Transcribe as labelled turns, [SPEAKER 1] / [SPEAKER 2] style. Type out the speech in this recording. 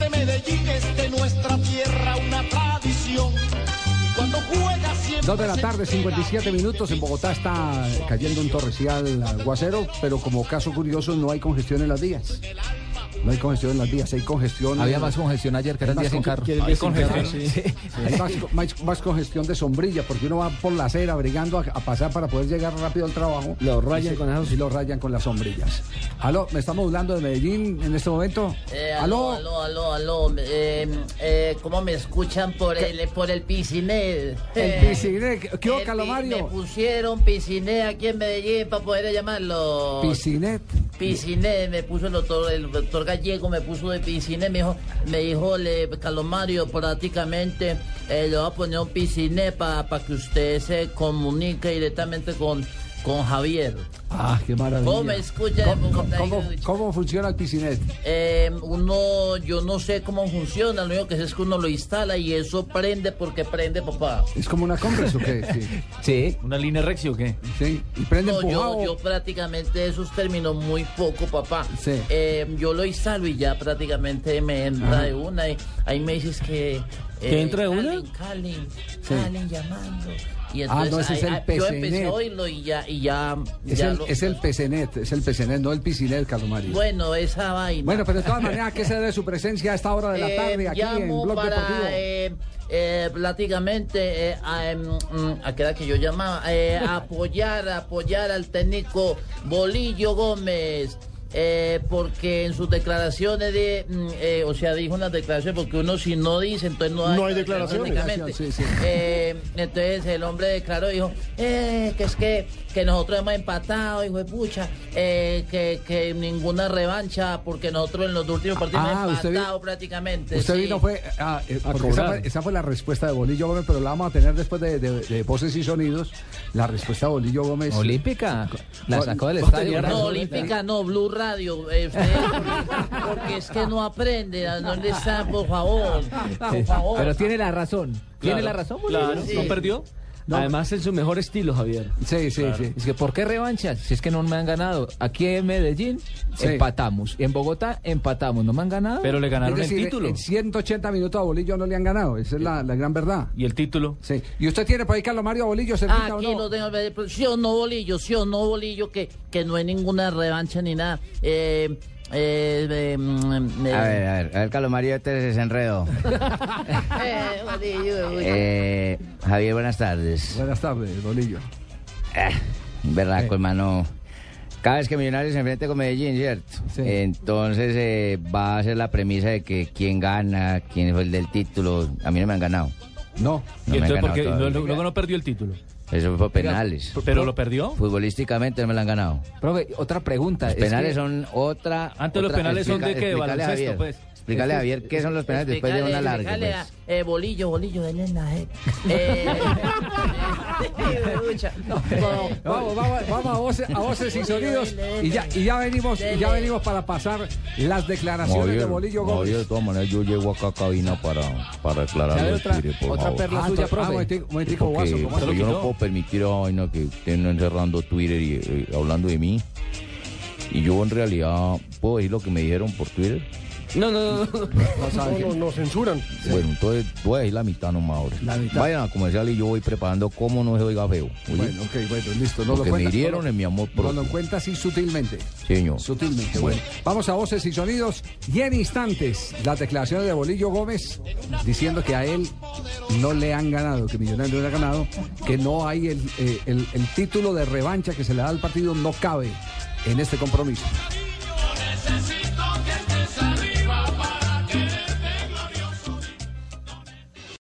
[SPEAKER 1] De Medellín es de nuestra tierra una tradición. Y Cuando juega siempre.
[SPEAKER 2] Dos de la
[SPEAKER 1] se
[SPEAKER 2] tarde,
[SPEAKER 1] entera.
[SPEAKER 2] 57 minutos. En Bogotá está cayendo un torrecial aguacero, pero como caso curioso, no hay congestión en las vías. No hay congestión en las vías, hay congestión.
[SPEAKER 3] Había
[SPEAKER 2] en-
[SPEAKER 3] más congestión ayer que eran días en
[SPEAKER 2] con-
[SPEAKER 3] carro.
[SPEAKER 2] que días sin carro, sí. Hay más, co- más- más congestión de sombrilla, porque uno va por la acera bregando a, a pasar para poder llegar rápido al trabajo. Lo rayan con las Y lo rayan con las sombrillas. Aló, me estamos hablando de Medellín en este momento.
[SPEAKER 4] Eh, aló, aló, aló, aló. Eh, eh, ¿Cómo me escuchan por el, eh, por el pisciné?
[SPEAKER 2] El piscine, ¿qué- ¿qué hubo,
[SPEAKER 4] El pi- Eh, Me
[SPEAKER 2] Calomario?
[SPEAKER 4] pusieron pisciné aquí en Medellín para poder llamarlo.
[SPEAKER 2] Piscinet.
[SPEAKER 4] Pisciné, me puso el doctor, el doctor gallego, me puso de pisciné, me dijo, me dijo le, Calomario, prácticamente eh, le voy a poner un pisciné para que usted se comunique directamente con, con Javier.
[SPEAKER 2] Ah, qué maravilla.
[SPEAKER 4] ¿Cómo me escucha?
[SPEAKER 2] ¿Cómo, cómo- cómo funciona el piscinet?
[SPEAKER 4] Eh, uno, yo no sé cómo funciona, lo único que sé es que uno lo instala y eso prende porque prende, papá.
[SPEAKER 2] ¿Es como una compres o qué? Sí.
[SPEAKER 3] Sí.
[SPEAKER 5] ¿Una línea rexi o qué?
[SPEAKER 2] Sí, y prende
[SPEAKER 4] No,
[SPEAKER 2] empujado.
[SPEAKER 4] yo, yo prácticamente esos términos muy poco, papá.
[SPEAKER 2] Sí.
[SPEAKER 4] Eh, yo lo instalo y ya prácticamente me entra de una. Y ahí me dices que. eh,
[SPEAKER 5] ¿Que entra de una?
[SPEAKER 4] Calen, Calen, Calen llamando. Y entonces,
[SPEAKER 2] Ah, no, ese es
[SPEAKER 4] ahí-
[SPEAKER 2] el
[SPEAKER 4] ahí- Yo empecé
[SPEAKER 2] PCNet.
[SPEAKER 4] a oírlo y ya. Y ya,
[SPEAKER 2] Es,
[SPEAKER 4] ya
[SPEAKER 2] el,
[SPEAKER 4] lo-
[SPEAKER 2] es el PCNet, es el PCNet, no el piscinet, Calomari. Bueno,
[SPEAKER 4] Bueno, esa vaina.
[SPEAKER 2] pero de todas maneras, ¿qué se debe su presencia a esta hora de la
[SPEAKER 4] Eh,
[SPEAKER 2] tarde aquí en
[SPEAKER 4] llamo
[SPEAKER 2] Blog
[SPEAKER 4] para,
[SPEAKER 2] Deportivo?
[SPEAKER 4] eh, eh, prácticamente eh, a, em, mm, a qué edad que yo llamaba Eh, apoyar apoyar al técnico Bolillo Gómez eh, porque en sus declaraciones de mm, eh, o sea dijo una declaración porque uno si no dice entonces no hay,
[SPEAKER 2] No hay declaraciones.
[SPEAKER 4] prácticamente.
[SPEAKER 2] Sí, sí.
[SPEAKER 4] Eh, entonces el hombre declaró dijo eh, que es que que nosotros hemos empatado hijo de pucha eh, que, que ninguna revancha porque nosotros en los dos últimos partidos
[SPEAKER 2] Ah,
[SPEAKER 4] hemos
[SPEAKER 2] usted vi-
[SPEAKER 4] empatado prácticamente
[SPEAKER 2] Usted
[SPEAKER 4] sí.
[SPEAKER 2] vino fue ah, eh, porque esa,
[SPEAKER 5] cobrar.
[SPEAKER 2] fue, esa fue la respuesta de Bolillo Gómez, pero la vamos a tener después de, de- de voces y sonidos. La respuesta de Bolillo Gómez.
[SPEAKER 3] Olímpica. La sacó del
[SPEAKER 2] No,
[SPEAKER 3] estadio.
[SPEAKER 2] no,
[SPEAKER 3] ¿verdad?
[SPEAKER 4] No, Olímpica no, Blue Radio. eh, usted, porque es que no aprende. ¿a ¿Dónde está? Por favor. Ah, Por favor.
[SPEAKER 3] Pero tiene la razón. Tiene
[SPEAKER 5] Claro.
[SPEAKER 3] la razón, Bolívar?
[SPEAKER 5] Claro,
[SPEAKER 4] Sí.
[SPEAKER 5] ¿no perdió? Además, en su mejor estilo, Javier.
[SPEAKER 2] Sí, sí, sí.
[SPEAKER 3] Es que, ¿por qué revanchas? Si es que no me han ganado. Aquí en Medellín
[SPEAKER 2] Sí.
[SPEAKER 3] empatamos. En Bogotá empatamos. No me han ganado.
[SPEAKER 5] Pero le
[SPEAKER 2] Es
[SPEAKER 5] ganaron
[SPEAKER 2] decir,
[SPEAKER 5] el título.
[SPEAKER 2] en 180 minutos a Bolillo no le han ganado. Esa es la, la gran verdad.
[SPEAKER 5] ¿Y el título?
[SPEAKER 2] Sí. ¿Y usted tiene por ahí Calomario a Bolillo cerquita o
[SPEAKER 4] Aquí
[SPEAKER 2] no?
[SPEAKER 4] lo tengo. eh, pero Sí o no, bolillo. Sí o no, bolillo. Que, que no hay ninguna revancha ni nada. Eh, eh, eh, mm, eh,
[SPEAKER 6] A ver, a ver, a ver, Calomario, este desenredo.
[SPEAKER 4] eh, bolillo, uy.
[SPEAKER 6] Eh, Javier, buenas tardes.
[SPEAKER 2] Buenas tardes, Bolillo.
[SPEAKER 6] Berraco, hermano. Cada vez que Millonarios se enfrente con Medellín, ¿cierto?
[SPEAKER 2] Sí.
[SPEAKER 6] Entonces eh, va a ser la premisa de que quién gana, quién fue el del título. A mí no me han ganado.
[SPEAKER 2] No.
[SPEAKER 6] No
[SPEAKER 5] ¿Y
[SPEAKER 6] me han
[SPEAKER 5] entonces por
[SPEAKER 6] ganado
[SPEAKER 5] qué?
[SPEAKER 6] todavía.
[SPEAKER 5] Luego luego no perdió el título.
[SPEAKER 6] Eso fue por penales.
[SPEAKER 5] ¿Pero lo perdió?
[SPEAKER 6] Futbolísticamente no me lo han ganado.
[SPEAKER 3] Profe, otra pregunta.
[SPEAKER 6] Los
[SPEAKER 3] es
[SPEAKER 6] penales
[SPEAKER 3] que-
[SPEAKER 6] son otra.
[SPEAKER 5] Antes los
[SPEAKER 6] otra-
[SPEAKER 5] penales son de qué, de
[SPEAKER 6] explícale a
[SPEAKER 5] baloncesto,
[SPEAKER 6] Javier.
[SPEAKER 5] pues.
[SPEAKER 6] Explícale a Javier qué son los penales después de una
[SPEAKER 4] Explícale-
[SPEAKER 6] larga.
[SPEAKER 4] explícale
[SPEAKER 6] pues.
[SPEAKER 4] a- eh, bolillo, bolillo, denle en la, eh. Eh, eh, pucha. No,
[SPEAKER 2] Vamos, vamos, vamos a voces, a voces y sonidos y ya, y ya venimos, y ya venimos para pasar las declaraciones de Bolillo Gómez.
[SPEAKER 6] Javier, de todas maneras, yo llego acá a cabina para, para aclarar
[SPEAKER 3] ¿Sabe
[SPEAKER 6] el
[SPEAKER 3] otra,
[SPEAKER 6] tire, por
[SPEAKER 3] otra
[SPEAKER 6] favor.
[SPEAKER 3] perla
[SPEAKER 2] Ah,
[SPEAKER 3] suya,
[SPEAKER 2] entonces- ah,
[SPEAKER 3] profe.
[SPEAKER 2] momentico,
[SPEAKER 6] Sí,
[SPEAKER 2] momentico,
[SPEAKER 6] Porque,
[SPEAKER 2] guaso, ¿cómo
[SPEAKER 6] porque
[SPEAKER 2] así?
[SPEAKER 6] yo
[SPEAKER 5] quitó?
[SPEAKER 6] no puedo permitir a vaina que estén encerrando Twitter y eh, hablando de mí. Y yo en realidad puedo decir lo que me dijeron por Twitter.
[SPEAKER 3] No, no, no, no.
[SPEAKER 6] Bueno, entonces voy a decir la mitad nomás ahora.
[SPEAKER 2] La mitad.
[SPEAKER 6] Vayan a comercial y yo voy preparando cómo no se oiga feo. ¿oye?
[SPEAKER 2] Bueno, ok, bueno, listo. No
[SPEAKER 6] Porque me
[SPEAKER 2] lo cuentas,
[SPEAKER 6] hirieron
[SPEAKER 2] no lo-
[SPEAKER 6] en mi amor
[SPEAKER 2] No lo
[SPEAKER 6] propio.
[SPEAKER 2] cuentas así sutilmente.
[SPEAKER 6] Señor.
[SPEAKER 2] Sutilmente, bueno. Vamos a voces y sonidos y en instantes las declaraciones de Bolillo Gómez diciendo que a él no le han ganado, que Millonarios no le ha ganado, que no hay el, eh, el- el título de revancha que se le da al partido, no cabe en este compromiso.